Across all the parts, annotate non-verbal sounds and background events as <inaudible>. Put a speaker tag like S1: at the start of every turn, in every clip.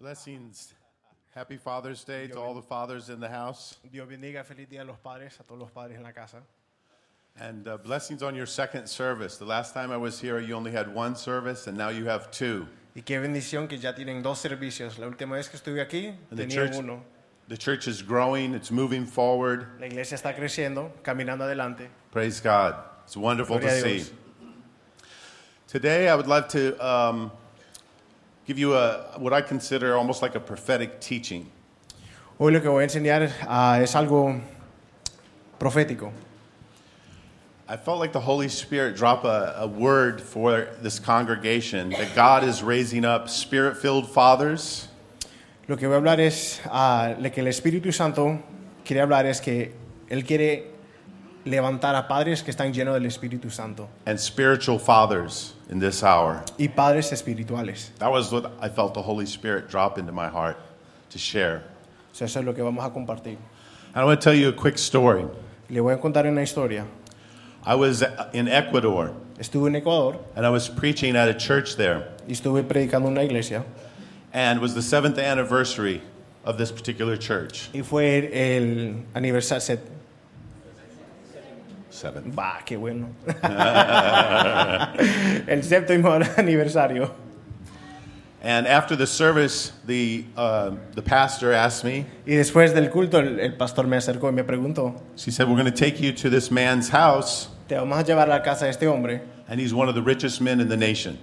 S1: Blessings. Happy Father's Day to all the fathers in the house,
S2: Dios bendiga, feliz día a los padres, a todos los padres en la casa.
S1: and uh, blessings on your second service. The last time I was here, you only had one service, and now you have two.
S2: Y qué bendición que ya tienen dos servicios. La última vez que estuve aquí
S1: the
S2: tenía
S1: church-
S2: uno.
S1: The church is growing, it's moving forward.
S2: La iglesia está creciendo, caminando adelante.
S1: Praise God. It's wonderful
S2: Gloria a
S1: to
S2: Dios.
S1: see. Today, I would like to um, give you a what I consider almost like a prophetic teaching.
S2: Hoy lo que voy a enseñar ah, es algo profético.
S1: I felt like the Holy Spirit drop a, a word for this congregation that God is raising up spirit filled fathers.
S2: Lo que voy a hablar es ah, lo que el Espíritu Santo quiere hablar es que él quiere levantar a padres que están llenos del Espíritu Santo
S1: and spiritual fathers in this hour.
S2: y padres espirituales.
S1: That was what I felt the Holy Spirit drop into my heart to share.
S2: O sea, eso es lo que vamos a compartir.
S1: And I want to tell you a quick story.
S2: Le voy a contar una historia.
S1: I was in Ecuador
S2: Estuve en Ecuador
S1: and I was preaching at a church there,
S2: y estuve predicando en una iglesia
S1: and it was the seventh anniversary of this particular church.
S2: y fue el aniversario. set-
S1: Seven.
S2: Bah, qué bueno. el séptimo aniversario.
S1: And after the service, the, uh, the pastor asked me,
S2: Y después del culto, el, el pastor me acercó y me preguntó:
S1: she said, We're going to take you to this man's house,
S2: Te vamos a llevar a la casa de este hombre.
S1: and he's one of the richest men in the nation.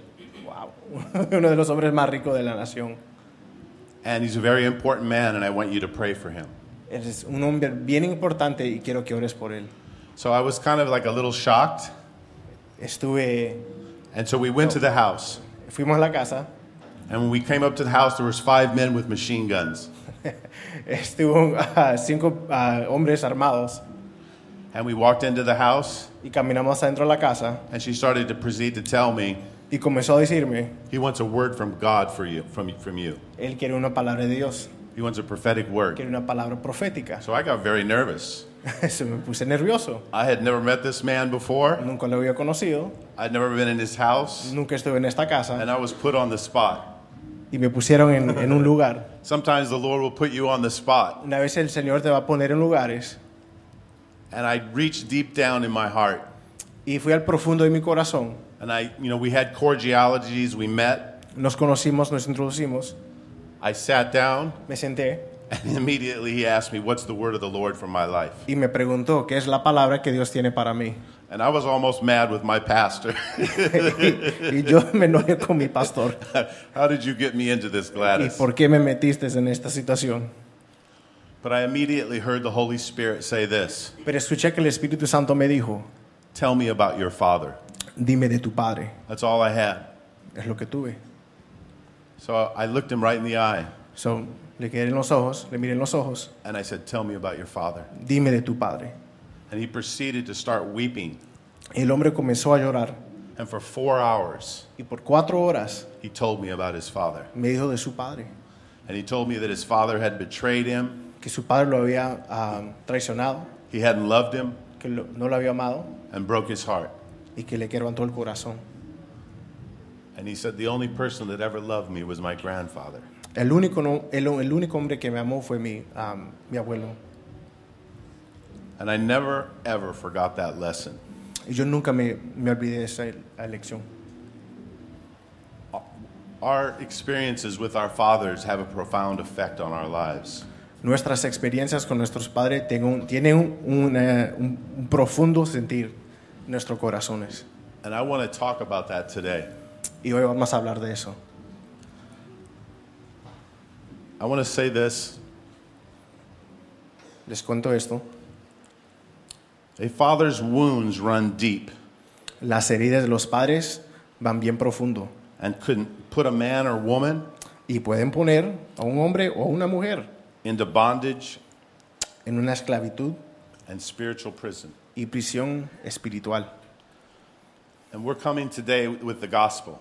S2: Wow. <laughs> Uno de los hombres más ricos de la nación.
S1: And he's a very important man, and I want you to pray for him.
S2: Es un hombre bien importante y quiero que ores por él.
S1: So I was kind of like a little shocked.
S2: Estuve,
S1: And so we went to the house.
S2: fuimos a la casa. <laughs>
S1: And when we came up to the house, there was five men with machine guns.
S2: Estuvo ah, cinco ah, hombres armados
S1: And we walked into the house,
S2: y caminamos adentro de la casa
S1: and she started to proceed to tell me,
S2: y comenzó a decirme,
S1: he wants a word from God for you, from, from you.
S2: él quiere una palabra de Dios,
S1: He wants a prophetic word.
S2: quiere una palabra profética. <laughs>
S1: So I got very nervous.
S2: Eso me puse nervioso.
S1: I had never met this man before.
S2: Nunca lo había conocido,
S1: I'd never been in his house,
S2: nunca estuve en esta casa
S1: and I was put on the spot.
S2: y me pusieron en, en un lugar.
S1: Sometimes the Lord will put you on the spot.
S2: Una vez el Señor te va a poner en lugares
S1: And I reached deep down in my heart.
S2: y fui al profundo de mi corazón.
S1: And I, you know, we had cordialities, we met.
S2: Nos conocimos, nos introducimos,
S1: I sat down,
S2: me senté
S1: <laughs> And immediately he asked me, What's the word of the Lord for my life?
S2: y me preguntó qué es la palabra que Dios tiene para mí. <laughs>
S1: And I was almost mad with my pastor. <laughs>
S2: Y yo me enojé con mi pastor.
S1: How did you get me into this,
S2: ¿Y
S1: Gladys?
S2: por qué me metiste en esta situación?
S1: But I immediately heard the Holy Spirit say this
S2: Pero escuché que el Espíritu Santo me dijo,
S1: Tell me about your father.
S2: dime de tu padre.
S1: That's all I had.
S2: Es lo que tuve.
S1: So I looked him right in the eye
S2: So, le quedé en los ojos, le miré en los ojos,
S1: and I said, Tell me about your father.
S2: dime de tu padre.
S1: And he proceeded to start weeping.
S2: El hombre comenzó a llorar
S1: And for four hours,
S2: y por cuatro horas
S1: he told me about his father.
S2: me dijo de su padre,
S1: And he told me that his father had betrayed him,
S2: que su padre lo había ah, traicionado,
S1: he hadn't loved him,
S2: que lo- no lo había amado
S1: and broke his heart.
S2: y que le quebrantó el corazón.
S1: And he said, The only person that ever loved me was my grandfather.
S2: El único, no- el, el único hombre que me amó fue mi, ah, mi abuelo.
S1: And I never, ever forgot that lesson.
S2: Y yo nunca me, me olvidé de esa elección.
S1: Our experiences with our fathers have a profound effect on our lives.
S2: Nuestras experiencias con nuestros padres tienen un, tienen un- un, eh, un- un profundo sentir en nuestros corazones.
S1: And I want to talk about that today.
S2: Y hoy vamos a hablar de eso.
S1: I want to say this
S2: Les cuento esto.
S1: a father's wounds run deep
S2: Las heridas de los padres van bien profundo
S1: and couldn't put a man or woman
S2: y pueden poner a un hombre o a una mujer
S1: into bondage
S2: en una esclavitud
S1: and spiritual prison.
S2: y prisión espiritual.
S1: And we're coming today with the gospel.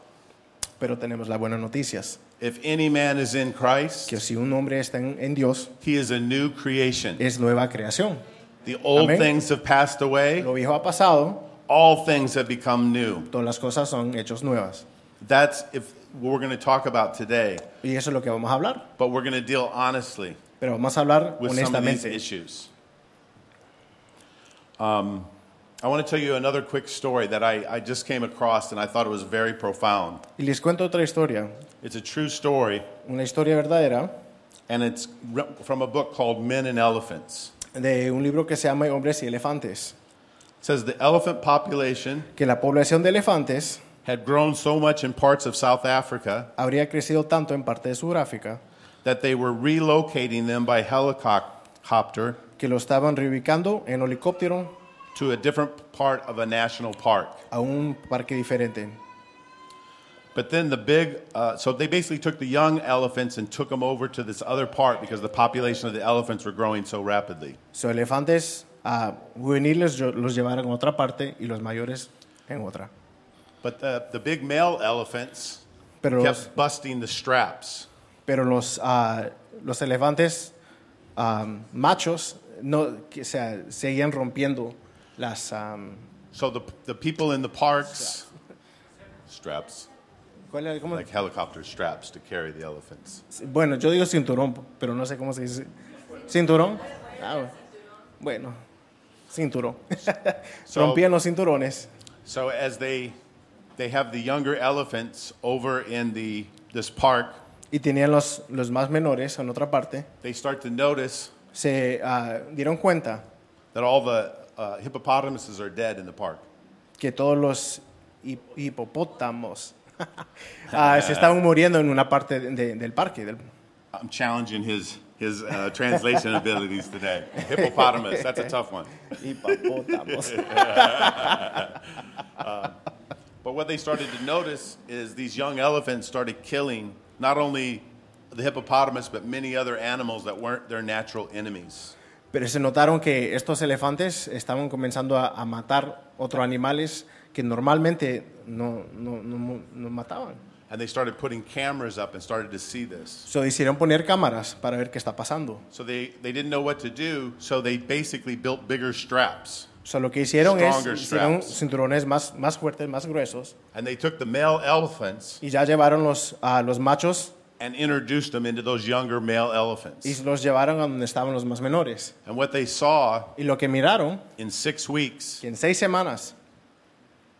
S2: Pero tenemos las buenas noticias,
S1: If any man is in Christ,
S2: que si un hombre está en, en Dios,
S1: he is a new creation.
S2: es nueva creación.
S1: The old
S2: Amén.
S1: things have passed away.
S2: Lo viejo ha pasado,
S1: all things have become new.
S2: todas las cosas son hechos nuevas.
S1: That's if what we're going to talk about today,
S2: Y eso es lo que vamos a hablar.
S1: but we're going to deal honestly
S2: Pero vamos a hablar
S1: with some of these
S2: honestamente.
S1: issues. Um, I want to tell you another quick story that I, I just came across and I thought it was very profound.
S2: Y les cuento otra historia,
S1: It's a true story,
S2: una historia verdadera
S1: and it's re- from a book called Men and Elephants.
S2: de un libro que se llama Hombres y
S1: It
S2: Elefantes.
S1: says the elephant population
S2: Que la población de elefantes
S1: had grown so much in parts of South Africa
S2: habría crecido tanto en parte de Sudáfrica
S1: that they were relocating them by helicopter
S2: que lo estaban reubicando en helicóptero
S1: to a different part of a national park.
S2: a un parque diferente.
S1: But then the big, uh, so they basically took the young elephants and took them over to this other part because the population of the elephants were growing so rapidly.
S2: So, elefantes a juveniles yo- los llevaron a otra parte y los mayores en otra.
S1: But the, the big male elephants
S2: Pero los,
S1: kept busting the straps.
S2: pero los, ah, los elefantes ah, machos no, que, o sea, seguían rompiendo las... ah,
S1: So the, the people in the parks, straps,
S2: ¿cuál era? ¿Cómo?
S1: like helicopter straps to carry the elephants.
S2: Bueno, yo digo cinturón, pero no sé cómo se dice. ¿Cinturón? Ah, bueno. bueno, cinturón. <laughs>
S1: So-
S2: Rompían los cinturones.
S1: So as they, they have the younger elephants over in the, this park,
S2: y tenían los, los más menores en otra parte,
S1: they start to notice
S2: se ah, dieron cuenta
S1: that all the uh, hippopotamuses are dead in the park.
S2: que todos los hi- hipopótamos <laughs> ah, se estaban muriendo en una parte de- de- del parque. del-
S1: I'm challenging his, his uh, translation abilities today. Hippopotamus, that's a tough one. <laughs>
S2: hipopótamos.
S1: But what they started to notice is these young elephants started killing not only the hippopotamus, but many other animals that weren't their natural enemies.
S2: Pero se notaron que estos elefantes estaban comenzando a, a matar otros animales que normalmente no, no, no mu- no mataban.
S1: And they started putting cameras up and started to see this.
S2: So, decidieron poner cámaras para ver qué está pasando.
S1: So they, they didn't know what to do, so they basically built bigger straps.
S2: O sea, lo que hicieron
S1: Stronger
S2: es hicieron
S1: straps.
S2: cinturones más, más fuertes, más gruesos,
S1: And they took the male elephants
S2: y ya llevaron los, a los machos
S1: and introduced them into those younger male
S2: y
S1: elephants.
S2: los llevaron a donde estaban los más menores.
S1: And what they saw
S2: Y lo que miraron,
S1: in six weeks,
S2: que en seis semanas,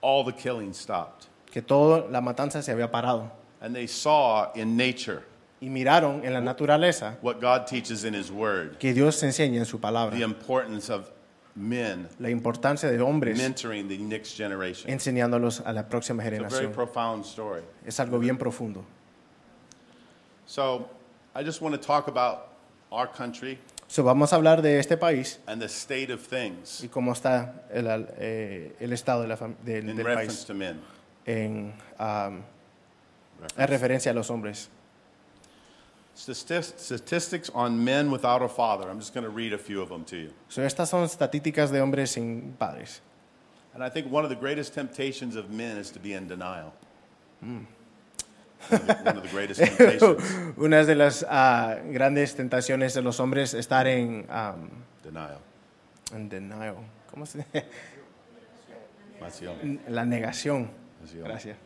S1: all the killing stopped.
S2: que toda la matanza se había parado.
S1: And they saw in nature
S2: Y miraron en la naturaleza
S1: what God teaches in His Word
S2: que Dios enseña en su palabra
S1: the importance of men
S2: la importancia de hombres
S1: mentoring the next generation.
S2: enseñándolos a la próxima
S1: It's a very
S2: generación.
S1: profound story.
S2: Es algo bien profundo.
S1: So I just want to talk about our country
S2: So, vamos a hablar de este país
S1: and the state of things
S2: y cómo está el, al- eh, el estado de la fam- del-
S1: in
S2: del
S1: reference
S2: país
S1: to men.
S2: en, um,
S1: Reference.
S2: en referencia a los hombres.
S1: Statis- Statistics on men without a father. I'm just going to read a few of them to you.
S2: So, estas son estadísticas de hombres sin padres.
S1: And I think one of the greatest temptations of men is to be in denial. one of the greatest
S2: <laughs>
S1: temptations.
S2: Una de las ah, grandes tentaciones de los hombres es estar en um,
S1: Denial.
S2: en denial. ¿Cómo se dice? <laughs>
S1: Maciel.
S2: La negación.
S1: Así es.
S2: Gracias.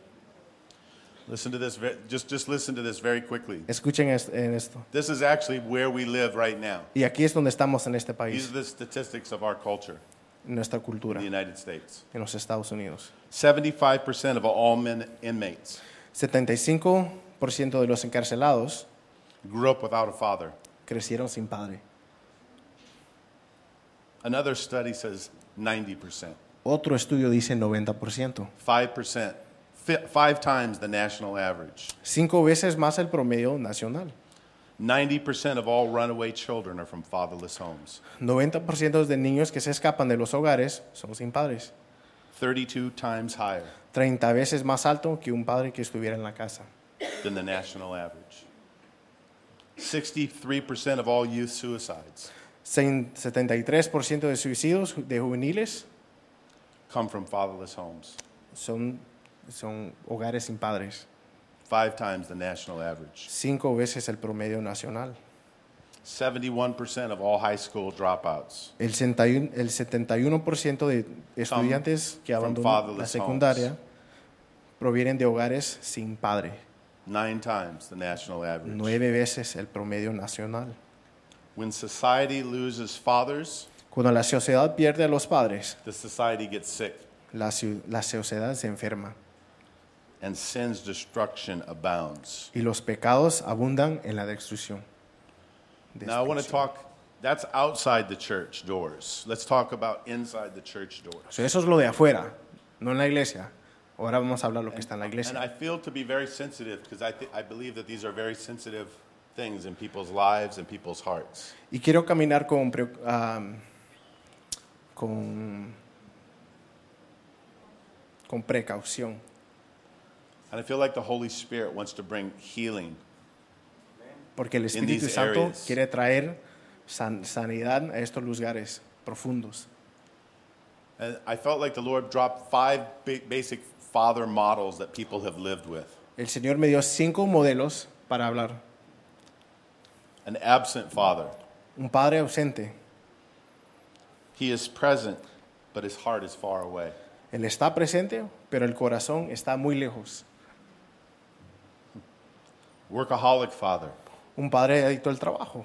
S1: Listen to this. ve- Just, just listen to this very quickly.
S2: Escuchen es- en esto.
S1: This is actually where we live right now.
S2: Y aquí es donde estamos en este
S1: These
S2: país,
S1: are the statistics of our culture
S2: en nuestra cultura,
S1: in the United States.
S2: en los Estados Unidos.
S1: 75% of all men inmates
S2: 75% de los encarcelados
S1: grew up without a father.
S2: crecieron sin padre.
S1: Another study says 90%.
S2: Otro estudio dice 90%.
S1: 5%. Fi- five times the national average.
S2: Cinco veces más el promedio nacional.
S1: 90% of all runaway children are from fatherless homes.
S2: 90% de niños que se escapan de los hogares son sin padres.
S1: 32 times higher
S2: 30 veces más alto que un padre que estuviera en la casa.
S1: than the national average. 63% of all youth suicides
S2: Sen- 73% de suicidios de juveniles
S1: come from fatherless homes,
S2: son, son hogares sin padres,
S1: five times the national average.
S2: cinco veces el promedio nacional.
S1: 71% of all high school dropouts
S2: El, 71 el 71% de estudiantes que
S1: from
S2: abandonan la
S1: fatherless
S2: secundaria provienen de hogares sin padre.
S1: nine times the national average.
S2: nueve veces el promedio nacional.
S1: When society loses fathers,
S2: Cuando la sociedad pierde a los padres,
S1: the society gets sick
S2: la, ciu- la sociedad se enferma
S1: and sin's destruction abounds.
S2: y los pecados abundan en la destrucción.
S1: Now I want to
S2: Destrucción.
S1: talk that's outside the church doors. Let's talk about inside the church doors.
S2: So, eso es lo de afuera, no en la iglesia. Ahora vamos a hablar lo que está en la
S1: And I
S2: iglesia.
S1: feel to be very sensitive because I, th- I believe that these are very sensitive things in people's lives and people's hearts.
S2: Y quiero caminar con, pre- am, con, con precaución.
S1: And I feel like the Holy Spirit wants to bring healing.
S2: Porque el Espíritu
S1: these
S2: Santo
S1: areas.
S2: quiere traer san- sanidad a estos lugares profundos.
S1: And I felt like the Lord dropped five ba- basic father models that people have lived with.
S2: El Señor me dio cinco modelos para hablar.
S1: An absent father.
S2: Un padre ausente.
S1: He is present, but his heart is far away.
S2: Él está presente, pero el corazón está muy lejos.
S1: Workaholic father.
S2: Un padre adicto al trabajo.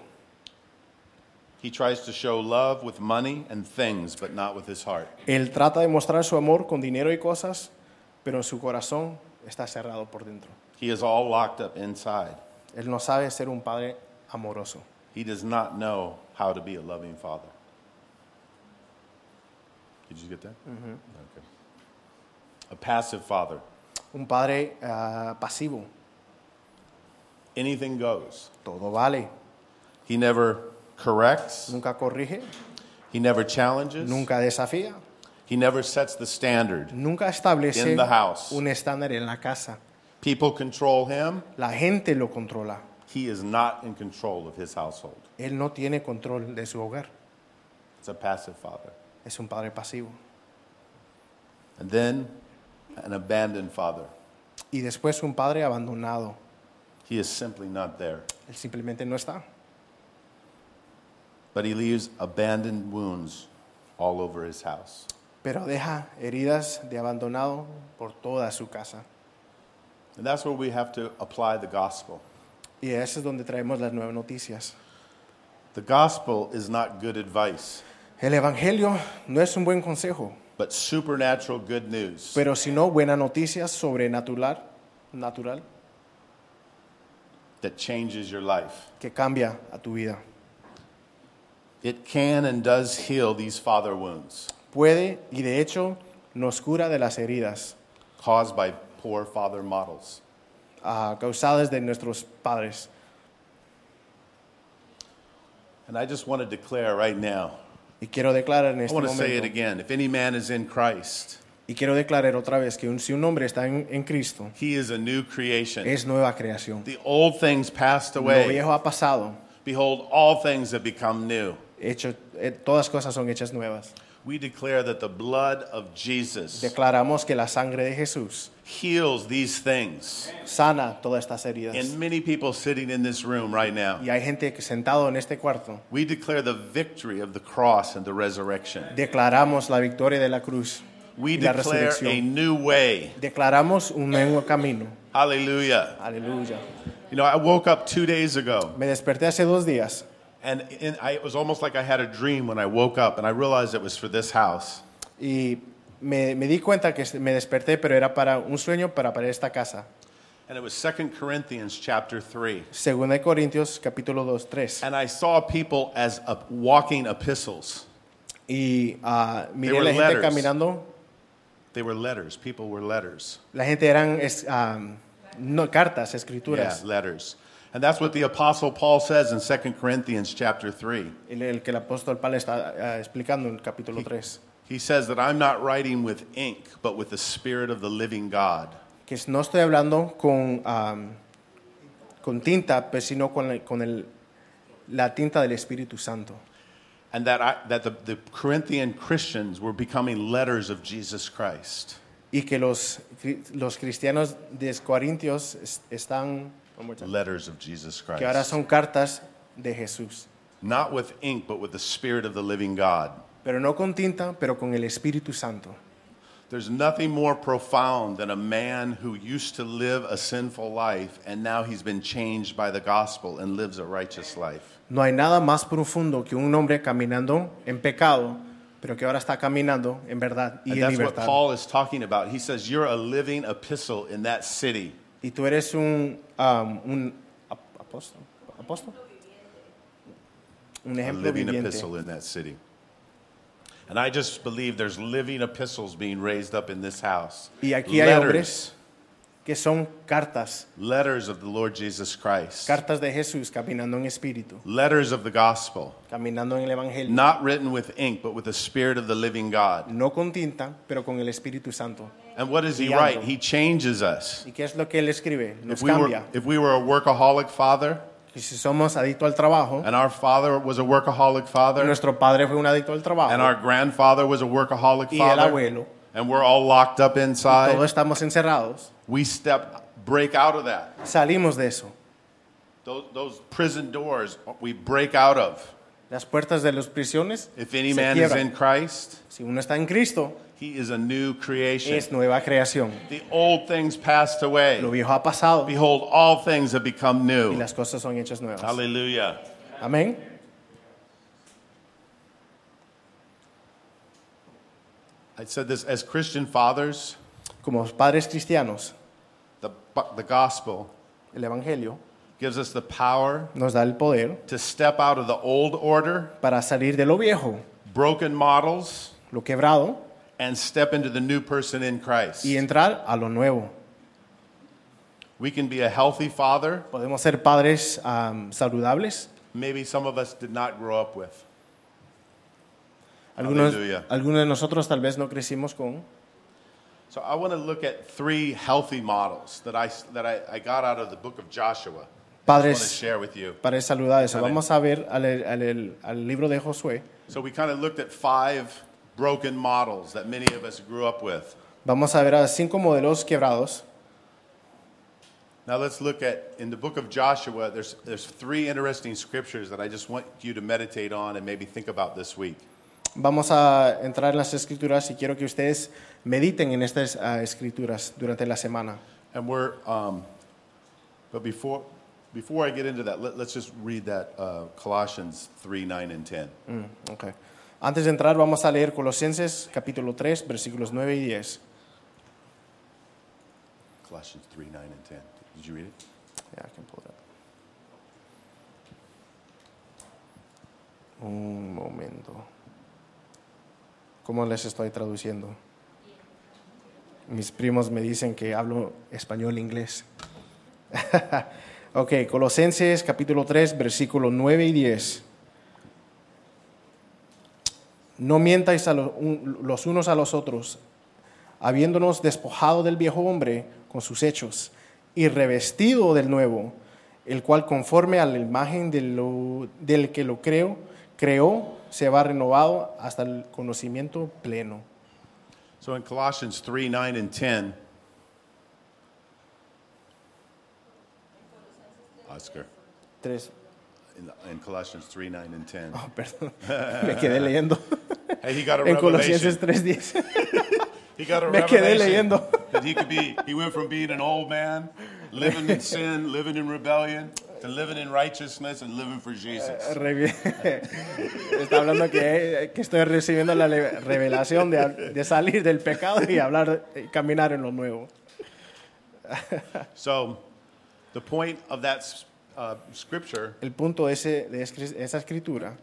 S1: He tries to show love with money and things, but not with his heart.
S2: Él trata de mostrar su amor con dinero y cosas, pero su corazón está cerrado por dentro.
S1: He is all locked up inside.
S2: Él no sabe ser un padre amoroso.
S1: He does not know how to be a loving father. Did you get that? Mm-hmm. Okay. A passive father.
S2: Un padre ah, pasivo.
S1: Anything goes.
S2: Todo vale.
S1: He never corrects.
S2: Nunca corrige,
S1: He never challenges.
S2: nunca desafía,
S1: He never sets the standard.
S2: nunca establece
S1: In the house.
S2: un estándar en la casa.
S1: People control him.
S2: La gente lo controla.
S1: He is not in control of his household.
S2: Él no tiene control de su hogar.
S1: It's a passive father.
S2: Es un padre pasivo.
S1: And then an abandoned father.
S2: Y después un padre abandonado.
S1: He is simply not there.
S2: Él simplemente no está.
S1: But he leaves abandoned wounds all over his house.
S2: Pero deja heridas de abandonado por toda su casa.
S1: And that's where we have to apply the gospel.
S2: Y eso es donde traemos las nuevas noticias.
S1: The gospel is not good advice,
S2: El Evangelio no es un buen consejo,
S1: but supernatural good news.
S2: pero sino buena noticia sobrenatural natural,
S1: that changes your life.
S2: que cambia a tu vida.
S1: It can and does heal these father wounds
S2: Puede y de hecho nos cura de las heridas
S1: caused by poor father models.
S2: ah, causadas de nuestros padres.
S1: And I just want to declare right now
S2: Y quiero declarar en
S1: I
S2: este
S1: want to say it
S2: momento
S1: again. If any man is in Christ,
S2: Y quiero declarar otra vez que un- si un hombre está en, en Cristo,
S1: he is a new creation.
S2: es nueva creación.
S1: The old things passed
S2: Lo
S1: away.
S2: viejo ha pasado.
S1: Behold, all things have become new.
S2: Hecho, eh, todas cosas son hechas nuevas.
S1: We declare that the blood of Jesus
S2: Declaramos que la sangre de Jesús
S1: heals these things.
S2: sana todas estas heridas.
S1: And many people sitting in this room right now,
S2: Y hay gente que sentado en este cuarto,
S1: we declare the victory of the cross and the resurrection.
S2: declaramos la victoria de la cruz
S1: We
S2: y la
S1: declare a
S2: resurrección.
S1: new way.
S2: Declaramos un nuevo camino.
S1: Hallelujah.
S2: Aleluya.
S1: You know, I woke up two days ago,
S2: Me desperté hace dos días
S1: and, and I, it was almost like I had a dream when I woke up, and I realized it was for this house.
S2: y me, me di cuenta que me desperté, pero era para un sueño para, para esta casa.
S1: And it was 2 Corinthians chapter 3.
S2: Segunda de Corintios capítulo 2, 3.
S1: And I saw people as uh, walking epistles.
S2: Y ah,
S1: They
S2: miré la
S1: were
S2: gente
S1: letters.
S2: caminando.
S1: They were letters. People were letters.
S2: La gente eran es- ah, no, cartas,
S1: Yeah,
S2: escrituras.
S1: letters. And that's what the apostle Paul says in 2 Corinthians chapter 3.
S2: El, el que el apóstol Pablo está ah, explicando en el capítulo 3.
S1: He says that I'm not writing with ink, but with the spirit of the living God.
S2: Que es- no estoy hablando con, ah, con tinta, pues, sino con, la- con el- la tinta del Espíritu Santo.
S1: And that, I, that the, the Corinthian Christians were becoming letters of Jesus Christ.
S2: Y que los, cri- los cristianos de Corintios es- están,
S1: Letters of Jesus
S2: que ahora
S1: Christ.
S2: son cartas de Jesús.
S1: Not with ink, but with the spirit of the living God.
S2: Pero no con tinta, pero con el Espíritu Santo.
S1: There's nothing more profound than a man who used to live a sinful life and now he's been changed by the gospel and lives a righteous life.
S2: No hay nada más profundo que un hombre caminando en pecado, pero que ahora está caminando en verdad
S1: And
S2: y en
S1: that's what
S2: libertad.
S1: Paul is talking about. He says, You're a living epistle in that city.
S2: Y tú eres un, um, un ap- apóstol. ¿Apóstol? Un
S1: A
S2: ejemplo
S1: living
S2: viviente.
S1: epistle in that city. And I just believe there's living epistles being raised up in this house.
S2: Y aquí hay
S1: letters,
S2: hombres que son cartas,
S1: letters of the Lord Jesus Christ,
S2: cartas de Jesús caminando en espíritu,
S1: letters of the gospel,
S2: caminando en el Evangelio.
S1: not written with ink, but with the Spirit of the living God.
S2: no con tinta, pero con el Espíritu Santo.
S1: And what does he
S2: Guiando.
S1: write? He changes us.
S2: ¿Y qué es lo que él escribe? Nos
S1: If we, were,
S2: cambia.
S1: if we were a workaholic father,
S2: Y si somos adictos al trabajo,
S1: and our father was a workaholic father,
S2: nuestro padre fue un adicto al trabajo,
S1: and our grandfather was a workaholic
S2: y el
S1: father,
S2: abuelo,
S1: and we're all locked up
S2: todos
S1: inside,
S2: estamos encerrados,
S1: we step, break out of that.
S2: salimos de eso.
S1: Those, those prison doors we break out of.
S2: Las puertas de las prisiones,
S1: If any
S2: Se
S1: man is
S2: quiebran.
S1: in Christ,
S2: si uno está en Cristo,
S1: he is a new creation.
S2: es nueva creación.
S1: The old things passed
S2: Lo
S1: away.
S2: viejo ha pasado
S1: Behold, all things have become
S2: y
S1: new.
S2: las cosas son hechas nuevas.
S1: Hallelujah.
S2: Amén.
S1: I said this as Christian fathers,
S2: Como padres cristianos,
S1: the, the gospel
S2: el Evangelio
S1: gives us the power
S2: nos da el poder
S1: to step out of the old order,
S2: para salir de lo viejo,
S1: broken models,
S2: lo quebrado,
S1: and step into the new person in Christ.
S2: y entrar a lo nuevo.
S1: We can be a healthy father,
S2: Podemos ser padres am, saludables.
S1: maybe some of us did not grow up with.
S2: Algunos,
S1: Aleluya.
S2: algunos de nosotros tal vez no crecimos con.
S1: So I want to look at three healthy models that I, that I, I got out of the book of Joshua. I want to
S2: Padres,
S1: share with you.
S2: padres saludables.
S1: Amén.
S2: Vamos a ver al, al- al libro de Josué.
S1: So we kind of looked at five broken models that many of us grew up with.
S2: Vamos a ver a cinco modelos quebrados.
S1: Now let's look at in the book of Joshua. There's there's three interesting scriptures that I just want you to meditate on and maybe think about this week.
S2: Vamos a entrar en las escrituras y quiero que ustedes mediten en estas ah, escrituras durante la semana.
S1: And we're um, but before before I get into that, let, let's just read that uh, Colossians three nine and ten.
S2: Ok. Antes de entrar, vamos a leer Colosenses capítulo 3, versículos 9 y 10.
S1: Colossians three nine and ten. Did you read it?
S2: Yeah, I can pull it up. Un momento. ¿Cómo les estoy traduciendo? Mis primos me dicen que hablo español e inglés. <laughs> ok, Colosenses capítulo 3, versículo 9 y 10. No mientáis a lo- un- los unos a los otros, habiéndonos despojado del viejo hombre con sus hechos y revestido del nuevo, el cual conforme a la imagen de lo- del que lo creo, creó, se va renovado hasta el conocimiento pleno.
S1: So in Colossians 3 9 and 10, Oscar,
S2: Tres. <laughs>
S1: in, in Colossians 3 9 and 10.
S2: Oh, perdón, me quedé leyendo.
S1: Hey, he got a
S2: en Colosenses
S1: revelation.
S2: 3.10.
S1: He got a
S2: me quedé
S1: revelation
S2: leyendo.
S1: that he could be, he went from being an old man, living in sin, living in rebellion, to living in righteousness and living for Jesus.
S2: <laughs> Revi- <laughs> Está hablando que, que estoy recibiendo la le- revelación de, de salir del pecado y hablar, y caminar en lo nuevo.
S1: So the point of that s- uh, scripture
S2: El punto de ese, de escri- esa escritura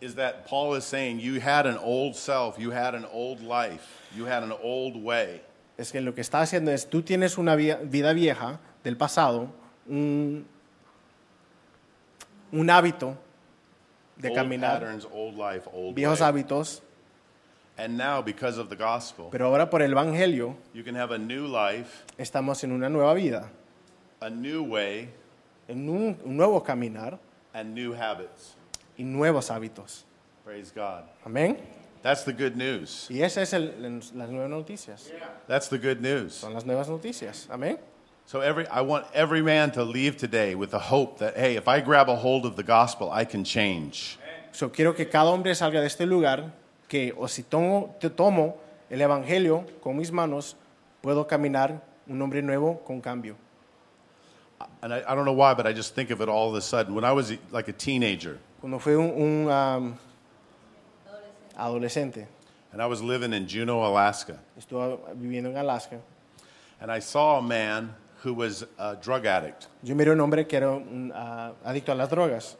S1: is that Paul is saying you had an old self, you had an old life, you had an old way.
S2: es que lo que está haciendo es, tú tienes una vi- vida vieja del pasado, un, un hábito de
S1: old
S2: caminar,
S1: patterns, old life, old
S2: viejos
S1: way.
S2: hábitos,
S1: And now, because of the gospel,
S2: pero ahora por el Evangelio
S1: you can have a new life,
S2: estamos en una nueva vida,
S1: a new way,
S2: en un, un nuevo caminar
S1: and new habits.
S2: y nuevos hábitos.
S1: Praise God.
S2: Amén.
S1: That's the good news.
S2: Y esas son las nuevas noticias.
S1: That's the good news.
S2: Son las nuevas noticias. Amén.
S1: So every I want every man to leave today with the hope that hey, if I grab a hold of the gospel, I can change.
S2: So, quiero que cada hombre salga de este lugar que o si tomo, te tomo el Evangelio con mis manos, puedo caminar un hombre nuevo con cambio.
S1: And I, I don't know why, but I just think of it all of a sudden. When I was like a teenager
S2: Cuando fui un, un, um, adolescente,
S1: and I was living in Juneau, Alaska,
S2: estuve viviendo en Alaska,
S1: and I saw a man who was a drug addict,
S2: yo miré a un hombre que era un ah, adicto a las drogas,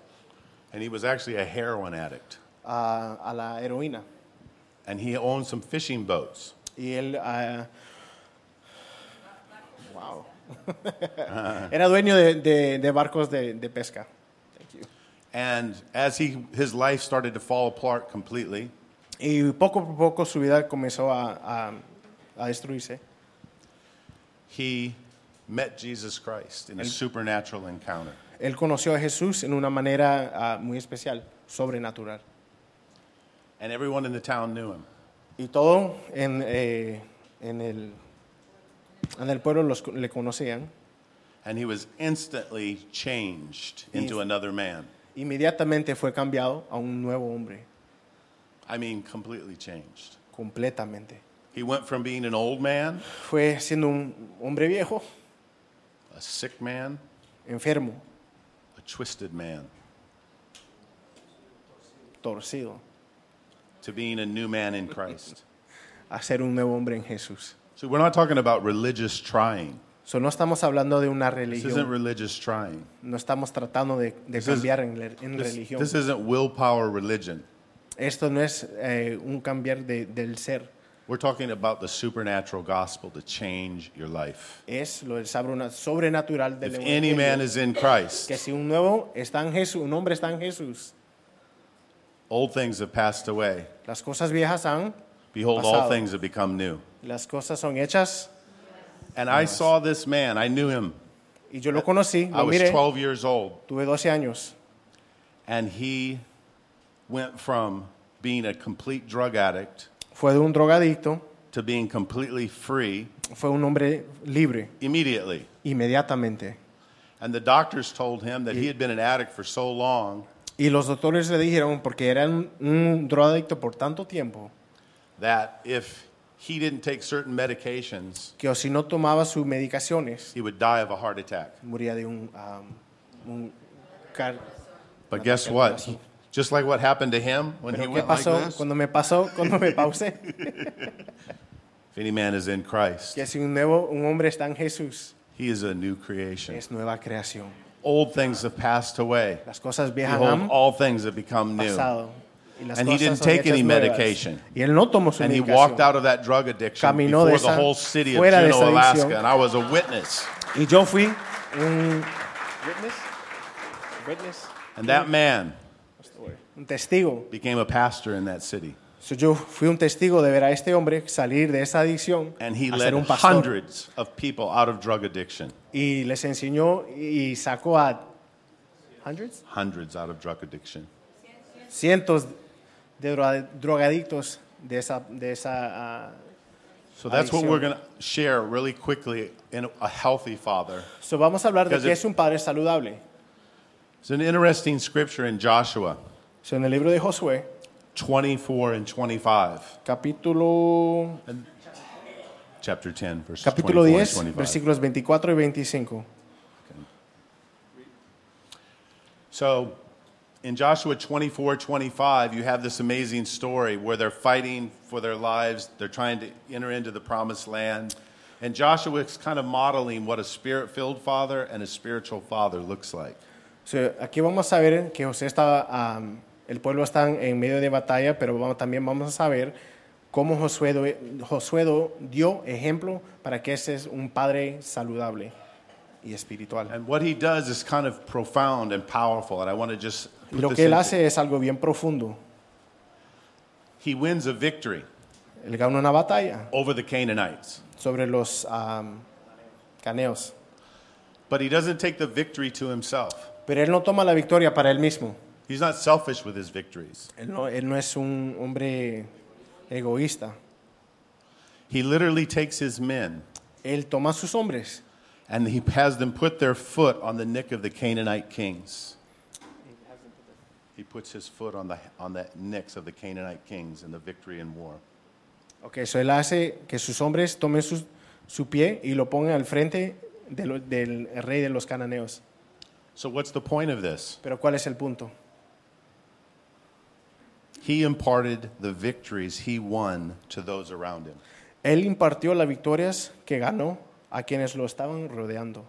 S1: and he was actually a heroin addict.
S2: a, a la heroína.
S1: And he owned some fishing boats.
S2: Y él. ah, wow. <laughs> Era dueño de, de- de barcos de, de pesca.
S1: And as he, his life started to fall apart completely,
S2: Y poco a poco su vida comenzó a, a- a destruirse.
S1: he met Jesus Christ in a supernatural encounter.
S2: Él conoció a Jesús en una manera ah, muy especial, sobrenatural.
S1: And everyone in the town knew him.
S2: Y todo en, eh, en, el, en el pueblo los, le conocían.
S1: And he was instantly changed into another man.
S2: Inmediatamente fue cambiado a un nuevo hombre,
S1: I mean, completely changed.
S2: completamente.
S1: He went from being an old man,
S2: Fue siendo un hombre viejo,
S1: a sick man,
S2: enfermo,
S1: a twisted man,
S2: torcido,
S1: to being a new man in Christ.
S2: a ser un nuevo hombre en Jesús.
S1: <laughs> So we're not talking about religious trying.
S2: So, no estamos hablando de una
S1: This isn't
S2: religión,
S1: religious trying.
S2: no estamos tratando de, de
S1: is-
S2: cambiar en, le- en
S1: This,
S2: religión.
S1: this isn't willpower religion.
S2: Esto no es eh, un cambiar de- del ser,
S1: We're talking about the supernatural gospel to change your life.
S2: es lo del sabro- sobrenatural del
S1: If any man
S2: evangelio.
S1: is in Christ,
S2: Que si un nuevo está en Jesús, un hombre está en Jesús,
S1: old things have passed away.
S2: las cosas viejas han,
S1: Behold, all
S2: Pasado.
S1: things have become new.
S2: las cosas son hechas.
S1: And I saw this man. I knew him.
S2: Y yo lo conocí,
S1: I
S2: lo
S1: was
S2: miré,
S1: 12 years old.
S2: tuve 12 años.
S1: And he went from being a complete drug addict
S2: Fue de un drogadicto,
S1: to being completely free
S2: fue un hombre libre,
S1: immediately.
S2: inmediatamente.
S1: And the doctors told him that he had been an addict for so long
S2: Y los doctores le dijeron, porque era un, un drogadicto por tanto tiempo,
S1: that if he didn't take certain medications,
S2: que o si no tomaba sus medicaciones,
S1: he would die of a heart attack.
S2: moría de un, um, un car-
S1: But guess what? He- Just like what happened to him when he
S2: Pero ¿qué
S1: went like
S2: pasó
S1: this,
S2: cuando me pasó, cuando me pausé?
S1: if any man is in Christ,
S2: que si un nuevo un hombre está en Jesús,
S1: he is a new creation.
S2: es nueva creación.
S1: Old things have passed away.
S2: Las cosas viejas
S1: Behold,
S2: han
S1: all things have become new.
S2: pasado. Y las
S1: And he
S2: cosas
S1: didn't
S2: son
S1: take
S2: hechas
S1: any
S2: nuevas.
S1: medication.
S2: Y él no tomó su
S1: And he
S2: medicación.
S1: walked out of that drug addiction
S2: Caminó de
S1: before the
S2: esa-
S1: whole city of
S2: fuera de esa
S1: Juneau, Alaska.
S2: adicción.
S1: And I was a witness.
S2: Y yo fui un witness, witness,
S1: And that man
S2: un testigo.
S1: became a pastor in that city.
S2: So, yo fui un testigo de ver a este hombre salir de esa adicción
S1: And he
S2: a
S1: led
S2: ser un pastor.
S1: hundreds of people out of drug addiction.
S2: Y les enseñó y sacó a hundreds,
S1: Hundreds out of drug addiction.
S2: cientos de droga- drogadictos de esa, de esa ah,
S1: So that's what
S2: Adicción.
S1: we're going to share really quickly in a healthy father.
S2: So, vamos a hablar de
S1: Because
S2: qué
S1: it-
S2: es un padre saludable.
S1: It's an interesting scripture in Joshua
S2: So, en el libro de Josué,
S1: 24 and 25,
S2: capítulo,
S1: chapter 10, verses
S2: capítulo
S1: 24
S2: 10,
S1: and 25.
S2: versículos 24 y 25.
S1: So in Joshua 24, 25, you have this amazing story where they're fighting for their lives. They're trying to enter into the promised land. And Joshua is kind of modeling what a spirit filled father and a spiritual father looks like.
S2: So, aquí vamos a ver que José está, am, el pueblo está en medio de batalla, pero vamos- también vamos a saber cómo Josué, do- Josué do- dio ejemplo para que ese es un padre saludable y espiritual.
S1: And what he does is kind of profound and powerful. And I want to just.
S2: Y
S1: put
S2: lo
S1: this
S2: que él
S1: into-
S2: hace es algo bien profundo.
S1: He wins a victory
S2: Él gana una batalla
S1: over the Canaanites.
S2: sobre los am, caneos,
S1: But he doesn't take the victory to himself.
S2: pero él no toma la victoria para él mismo.
S1: He's not selfish with his victories.
S2: Él no, él no es un hombre egoísta.
S1: He literally takes his men
S2: Él toma a sus hombres
S1: and he has them put their foot on the neck of the Canaanite kings. He puts his foot on the, on the necks of the Canaanite kings in the victory in war.
S2: ok, Ok, so él hace que sus hombres tomen sus- su pie y lo pongan al frente de lo- del rey de los cananeos.
S1: So, what's the point of this?
S2: Pero ¿cuál es el punto?
S1: He imparted the victories he won to those around him.
S2: Él impartió las victorias que ganó a quienes lo estaban rodeando.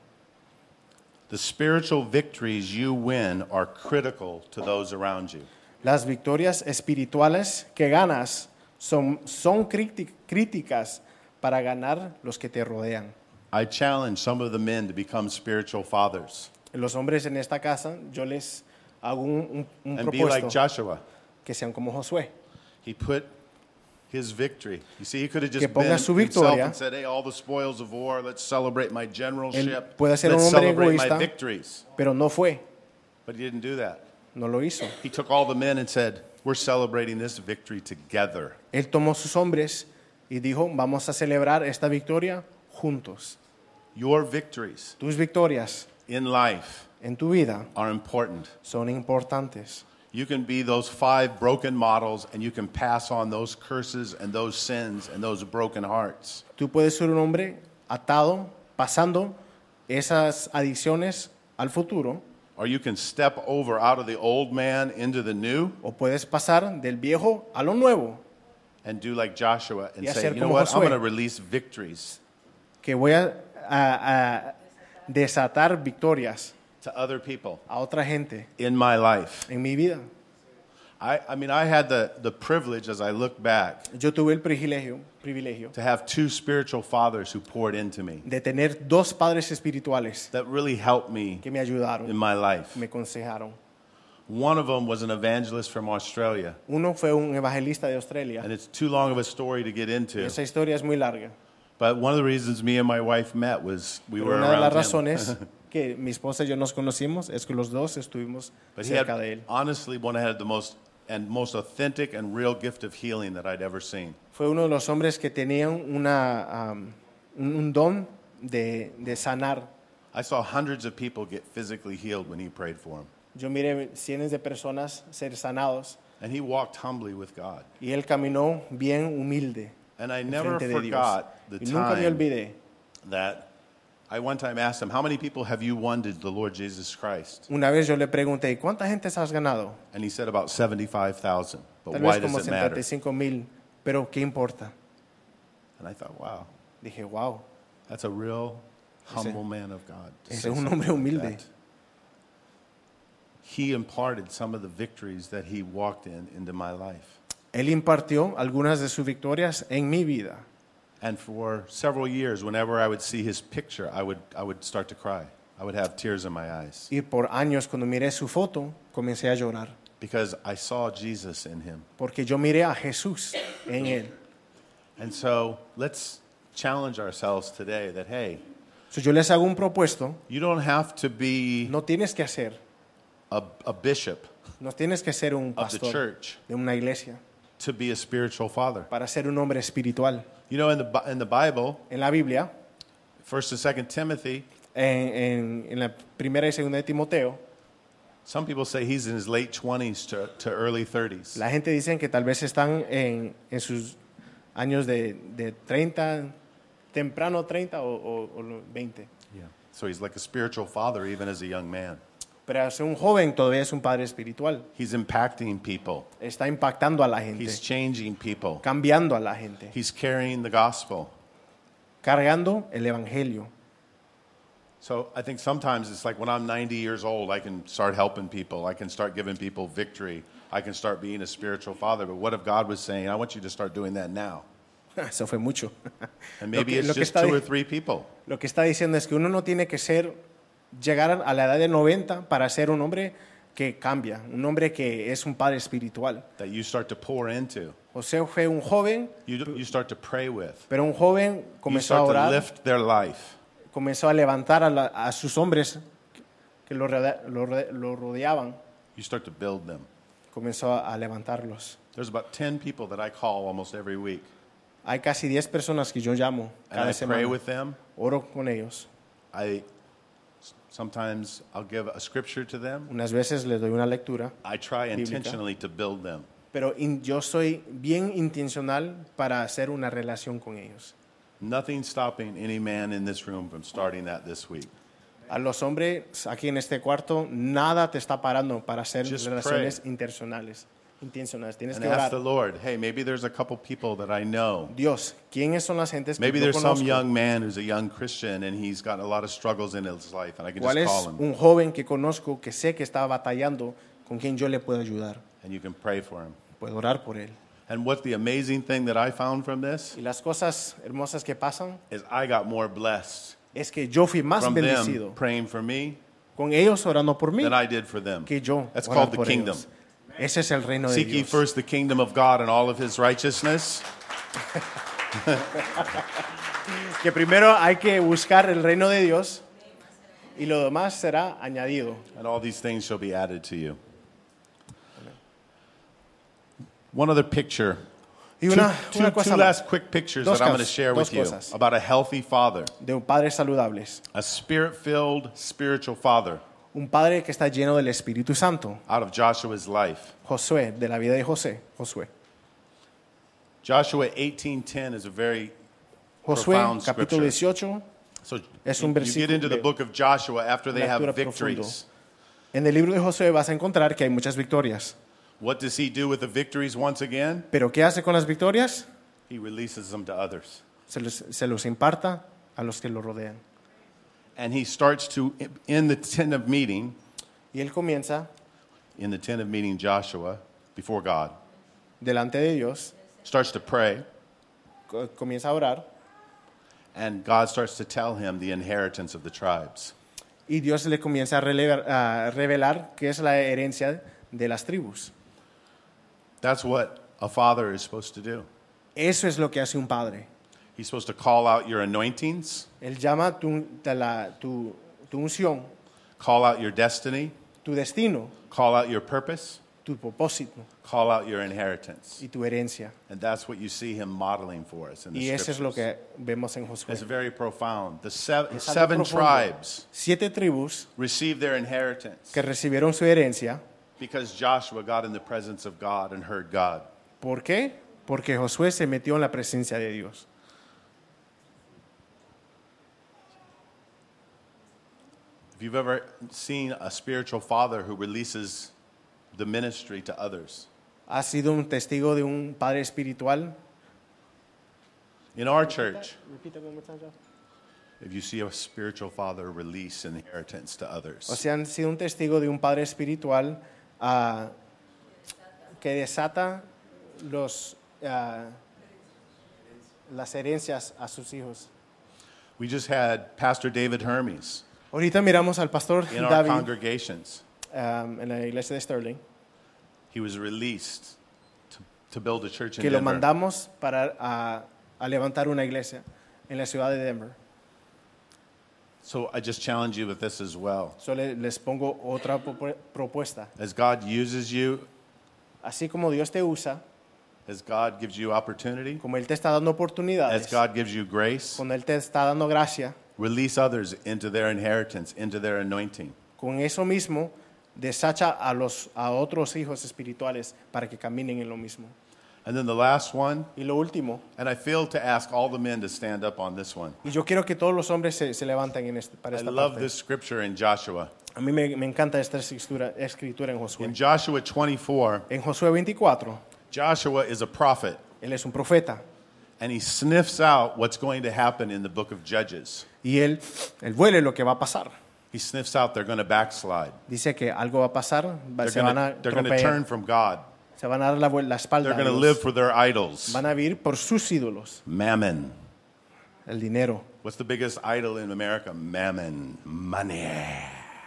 S1: The spiritual victories you win are critical to those around you.
S2: Las victorias espirituales que ganas son, son críti- críticas para ganar los que te rodean.
S1: I challenge some of the men to become spiritual fathers
S2: Los hombres en esta casa, yo les hago un, un, un
S1: and be like
S2: propuesto
S1: Joshua.
S2: que sean como Josué.
S1: He put his victory. You see, he could have
S2: Que
S1: just
S2: ponga
S1: been
S2: su
S1: himself
S2: victoria.
S1: and said, "Hey, all the spoils of war. Let's celebrate my generalship.
S2: puede ser un
S1: Let's
S2: hombre
S1: celebrate my
S2: egoísta.
S1: victories."
S2: Pero no fue,
S1: But he didn't do that.
S2: no lo hizo.
S1: He took all the men and said, "We're celebrating this victory together."
S2: Él tomó sus hombres y dijo, vamos a celebrar esta victoria juntos.
S1: Your victories
S2: Tus victorias
S1: in life
S2: en tu vida
S1: are important.
S2: son importantes.
S1: You can be those five broken models and you can pass on those curses and those sins and those broken hearts.
S2: Tú puedes ser un hombre atado, pasando esas adicciones al futuro,
S1: Or you can step over out of the old man into the new
S2: o puedes pasar del viejo a lo nuevo,
S1: and do like Joshua and
S2: Y
S1: say,
S2: hacer
S1: you know
S2: como
S1: what, I'm
S2: Josué."
S1: going to release victories
S2: que voy a, a- a desatar victorias
S1: to other people
S2: a otra gente
S1: in my life.
S2: en mi vida.
S1: I, I mean, I had the, the privilege as I look back
S2: Yo tuve el privilegio, privilegio
S1: to have two spiritual fathers who poured into me
S2: de tener dos padres espirituales
S1: that really helped me
S2: que me
S1: in
S2: ayudaron,
S1: my life.
S2: me aconsejaron.
S1: One of them was an evangelist from Australia,
S2: Uno fue un evangelista de Australia.
S1: and it's too long of a story to get into.
S2: Esa historia es muy larga.
S1: But one of the reasons me and my wife met was we
S2: Pero
S1: were
S2: una de las
S1: around
S2: razones
S1: him. <laughs>
S2: que mi esposa y yo nos conocimos es que los dos estuvimos
S1: But he
S2: cerca
S1: had,
S2: de él.
S1: honestly, one had the most and most authentic and real gift of healing that I'd ever seen.
S2: Fue uno de los hombres que tenían una, um, un un don de, de sanar.
S1: I saw hundreds of people get physically healed when he prayed for them,
S2: Yo miré cientos de personas ser sanados
S1: and he walked humbly with God.
S2: y él caminó bien humilde
S1: And I never
S2: frente de Dios.
S1: forgot the
S2: Y nunca me
S1: time
S2: olvidé.
S1: that I one time asked him, "How many people have you won to the Lord Jesus Christ?"
S2: Una vez yo le pregunté, "¿Y ¿cuánta gente has ganado?
S1: And he said about seventy-five thousand. But
S2: Tal
S1: why
S2: vez
S1: does
S2: como
S1: it matter?
S2: 75 mil, pero ¿qué importa?
S1: And I thought, wow,
S2: Dije, wow,
S1: that's a real humble man of God. to
S2: ese
S1: say
S2: es un
S1: something
S2: hombre humilde.
S1: that. He imparted some of the victories that he walked in into my life.
S2: Él impartió algunas de sus victorias en mi vida.
S1: And for several years, whenever I would see his picture, I would, I would start to cry. I would have tears in my eyes
S2: Y por años, cuando miré su foto, comencé a llorar.
S1: because I saw Jesus in him.
S2: Porque yo miré a Jesús en él.
S1: And so let's challenge ourselves today that, hey,
S2: So, yo les hago un propuesto.
S1: you don't have to be
S2: No tienes que hacer,
S1: a, a bishop
S2: no tienes que ser un
S1: of the
S2: pastor
S1: church
S2: de una iglesia
S1: to be a spiritual father.
S2: para ser un hombre espiritual.
S1: You know, in the, Bi- in the Bible,
S2: En la Biblia,
S1: First and Second Timothy.
S2: en, en- en la primera y segunda de Timoteo,
S1: Some people say he's in his late twenties to, to early thirties.
S2: la gente dice que tal vez están en, en sus años de, de 30, temprano 30 o, o- o lo- 20.
S1: Yeah. So he's like a spiritual father even as a young man.
S2: Pero hace un joven todavía es un padre espiritual.
S1: He's impacting people.
S2: Está impactando a la gente,
S1: He's changing people.
S2: cambiando a la gente,
S1: He's carrying the gospel.
S2: cargando el evangelio. <laughs>
S1: So I think sometimes it's like when I'm 90 years old, I can start helping people. I can start giving people victory. I can start being a spiritual father. But what if God was saying, I want you to start doing that now?
S2: Eso fue mucho. <laughs>
S1: And
S2: Lo
S1: maybe
S2: que- lo
S1: it's
S2: que
S1: just
S2: está
S1: two
S2: di-
S1: or three people.
S2: Lo que está diciendo es que uno no tiene que ser, llegar a la edad de 90 para ser un hombre que cambia, un hombre que es un padre espiritual.
S1: that you start to pour into.
S2: José fue un joven,
S1: You, you start to pray with.
S2: pero un joven
S1: You
S2: comenzó a
S1: start to
S2: orar,
S1: lift their life.
S2: comenzó a levantar a, la- a sus hombres que lo, rodea- lo rode- lo rodeaban,
S1: You start to build them.
S2: comenzó a, a levantarlos.
S1: There's about 10 people that I call almost every week.
S2: Hay casi 10 personas que yo llamo
S1: And
S2: cada
S1: I pray
S2: semana,
S1: with them.
S2: oro con ellos.
S1: I sometimes I'll give a scripture to them.
S2: Unas veces les doy una lectura,
S1: I try
S2: Bíblica.
S1: intentionally to build them.
S2: pero in- yo soy bien intencional para hacer una relación con ellos.
S1: Nothing stopping any man in this room from starting that this week.
S2: A los hombres aquí en este cuarto, nada te está parando para hacer
S1: Just
S2: relaciones intencionales. intencionales. Tienes
S1: And
S2: que
S1: ask
S2: orar.
S1: the Lord, hey, maybe there's a couple people that I know.
S2: Dios, ¿quiénes son las gentes que
S1: Maybe
S2: yo
S1: there's some
S2: conozco?
S1: young man who's a young Christian and he's got a lot of struggles in his life, and I can
S2: ¿Cuál
S1: just
S2: es
S1: call him
S2: un joven que conozco que sé que está batallando con quien yo le puedo ayudar?
S1: and you can pray for him.
S2: Puedo orar por él.
S1: And what the amazing thing that I found from this
S2: Y las cosas hermosas que pasan
S1: is I got more blessed
S2: es que yo fui más
S1: from
S2: bendecido
S1: them praying for me
S2: con ellos orando por mí
S1: than I did for them.
S2: que yo
S1: That's
S2: orar
S1: called the
S2: por
S1: kingdom.
S2: ellos. Ese es el reino de
S1: Seek ye
S2: Dios.
S1: first the kingdom of God and all of his righteousness,
S2: Que primero hay que buscar el reino de Dios y lo demás será añadido.
S1: and all these things shall be added to you. One other picture.
S2: Y una,
S1: two,
S2: una
S1: two-
S2: cosa
S1: two
S2: más
S1: last quick pictures
S2: Dos
S1: that I'm going to
S2: cas-
S1: share
S2: dos
S1: with you
S2: cosas.
S1: about a healthy father,
S2: de padres saludables.
S1: a spirit filled spiritual father
S2: Un padre que está lleno del Espíritu Santo.
S1: out of Joshua's life.
S2: Josué, de la vida de José. Josué.
S1: Joshua 18:10 is a very
S2: Josué,
S1: Profound
S2: capítulo
S1: scripture.
S2: 18.
S1: so
S2: Es
S1: you
S2: un
S1: get
S2: versículo
S1: into the
S2: de-
S1: book of Joshua after they
S2: una
S1: have
S2: lectura
S1: victories.
S2: profundo. En el libro de Josué vas a encontrar que hay muchas victorias.
S1: What does he do with the victories once again?
S2: Pero ¿qué hace con las victorias?
S1: He releases them to others.
S2: Se los, se los imparta a los que lo rodean.
S1: And he starts to, in the tent of meeting,
S2: Y él comienza
S1: in the tent of meeting, Joshua, before God,
S2: delante de Dios,
S1: starts to pray,
S2: co- comienza a orar
S1: and God starts to tell him the inheritance of the tribes.
S2: y Dios le comienza a, relevar- a revelar qué es la herencia de las tribus.
S1: That's what a father is supposed to do.
S2: Eso es lo que hace un padre.
S1: He's supposed to call out your anointings,
S2: Él llama tu, te la- tu- tu unción,
S1: call out your destiny,
S2: tu destino,
S1: call out your purpose,
S2: tu propósito
S1: call out your inheritance.
S2: y tu herencia.
S1: And that's what you see him modeling for us in the
S2: Y eso
S1: scriptures.
S2: es lo que vemos en Josué.
S1: It's very profound. The seven,
S2: Es algo
S1: seven
S2: profundo.
S1: tribes
S2: Siete tribus
S1: received their inheritance
S2: que recibieron su herencia.
S1: because Joshua got in the presence of God and heard God.
S2: ¿Por qué? Porque Josué se metió en la presencia de Dios.
S1: If you've ever seen a spiritual father who releases the ministry to others,
S2: Ha sido un testigo de un padre espiritual.
S1: in our church, if you see a spiritual father release inheritance to
S2: O
S1: others,
S2: sea, han sido un testigo de un padre espiritual ah, que desata los, ah, las herencias a sus hijos.
S1: we just had Pastor David Hermes
S2: Ahorita miramos al pastor
S1: in our
S2: David
S1: congregations.
S2: um, en la iglesia de Sterling,
S1: He was released to, to build a church in
S2: que lo
S1: Denver.
S2: mandamos para ah, a levantar una iglesia en la ciudad de Denver.
S1: So I just challenge you with this as well.
S2: So le- les pongo otra propu- propuesta.
S1: As God uses you,
S2: Así como Dios te usa,
S1: as God gives you opportunity,
S2: como Él te está dando
S1: as
S2: oportunidades,
S1: God gives you grace,
S2: cuando Él te está dando gracia,
S1: release others into their inheritance, into their anointing.
S2: con eso mismo desacha a, los, a otros hijos espirituales para que caminen en lo mismo.
S1: And then the last one,
S2: Y lo último,
S1: and I failed to ask all the men to stand up on this one.
S2: y yo quiero que todos los hombres se, se levanten en este, para
S1: I
S2: esta
S1: love
S2: parte.
S1: this scripture in Joshua.
S2: A mí me, me encanta esta escritura, escritura en Josué.
S1: In Joshua 24,
S2: En Josué 24,
S1: Joshua is a prophet,
S2: él es un profeta
S1: and he sniffs out what's going to happen in the book of Judges.
S2: y él, él huele lo que va a pasar.
S1: He sniffs out they're going to backslide.
S2: Dice que algo va a pasar, va-
S1: They're
S2: se van
S1: going
S2: a
S1: to
S2: tropezar.
S1: turn from God.
S2: Se van a dar la, vuel- la espalda.
S1: They're
S2: a
S1: going to
S2: Dios.
S1: live for their idols.
S2: Van a vivir por sus ídolos.
S1: Mammon.
S2: El dinero.
S1: What's the biggest idol in America? Mammon. Money.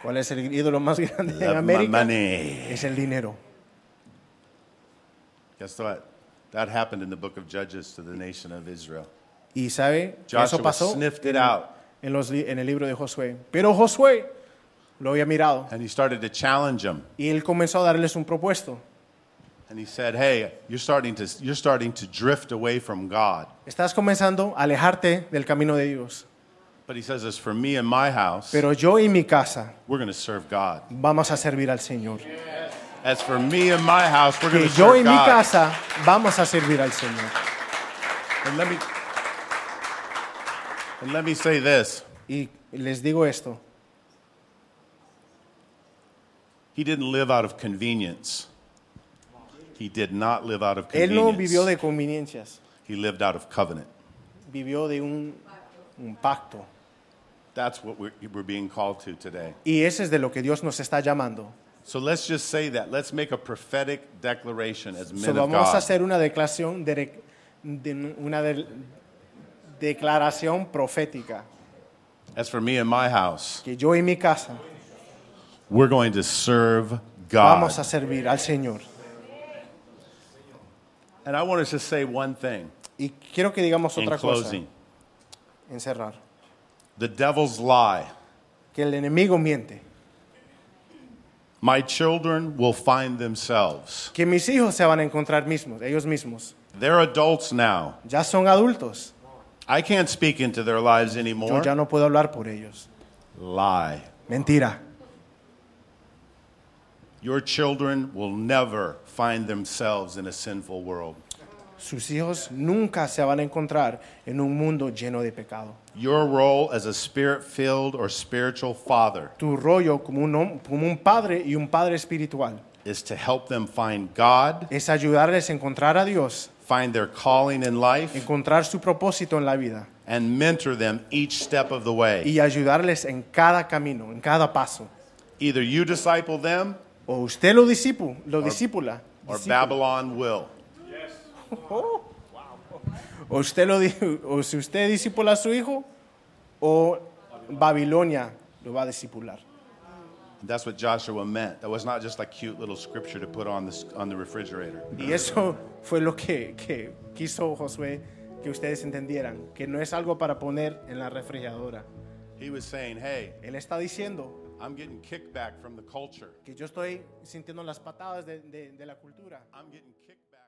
S2: ¿Cuál es el ídolo más grande en
S1: Love my
S2: América?
S1: money.
S2: Es el dinero.
S1: Guess what? That happened in the book of Judges to the nation of Israel.
S2: Y sabe,
S1: Joshua
S2: eso pasó
S1: sniffed it
S2: en,
S1: out.
S2: en los li- en el libro de Josué. Pero Josué lo había mirado
S1: And he started to challenge them.
S2: y él comenzó a darles un propuesto.
S1: And he said, Hey, you're starting to, you're starting to drift away from God.
S2: Estás comenzando a alejarte del camino de Dios.
S1: But he says, As for me and my house,
S2: Pero yo y mi casa
S1: we're going to serve God.
S2: vamos a servir al Señor.
S1: As for me and my house, we're going
S2: que
S1: to
S2: yo y
S1: serve
S2: mi
S1: God.
S2: casa vamos a servir al Señor.
S1: And let me and let me say this:
S2: Y les digo esto,
S1: He didn't live out of convenience. He did not live out of
S2: Él
S1: convenience.
S2: no vivió de conveniencias,
S1: He lived out of covenant.
S2: vivió de un, un pacto.
S1: That's what we're, we're being called to today.
S2: Y ese es de lo que Dios nos está llamando.
S1: So let's just say that. Let's make a prophetic declaration as men
S2: So,
S1: of
S2: vamos
S1: God.
S2: a hacer una declaración, de, de- una de- declaración profética,
S1: As for me and my house,
S2: que yo y mi casa
S1: we're going to serve God.
S2: vamos a servir al Señor.
S1: And I want us to say one thing
S2: Y quiero que digamos
S1: in
S2: otra cosa,
S1: closing.
S2: encerrar,
S1: The devil's lie.
S2: que el enemigo miente,
S1: My children will find themselves.
S2: que mis hijos se van a encontrar mismos, ellos mismos,
S1: They're adults now.
S2: ya son adultos,
S1: I can't speak into their lives
S2: yo
S1: anymore.
S2: ya no puedo hablar por ellos.
S1: Lie.
S2: Mentira.
S1: Your children will never find themselves in a sinful world.
S2: Sus hijos nunca se van a encontrar en un mundo lleno de pecado.
S1: Your role as a spirit filled or spiritual father
S2: Tu rollo como un, hom- como un padre y un padre espiritual
S1: is to help them find God,
S2: es ayudarles a encontrar a Dios,
S1: find their calling in life,
S2: encontrar su propósito en la vida
S1: and mentor them each step of the way.
S2: y ayudarles en cada camino, en cada paso.
S1: Either you disciple them
S2: O usted lo, disipu- lo discipula,
S1: or
S2: discípulo,
S1: Babylon will.
S2: o, usted lo di- o si usted disipula a su hijo, o Babilonia lo va a discipular.
S1: That's what Joshua meant. That was not just a cute little scripture to put on, this, on the refrigerator.
S2: Y eso fue lo que, que quiso Josué que ustedes entendieran, que no es algo para poner en la refrigeradora.
S1: He was saying, hey,
S2: Él está diciendo
S1: I'm getting kickback from the culture.
S2: que yo estoy sintiendo las patadas de- de- de la cultura.
S1: I'm getting kickback.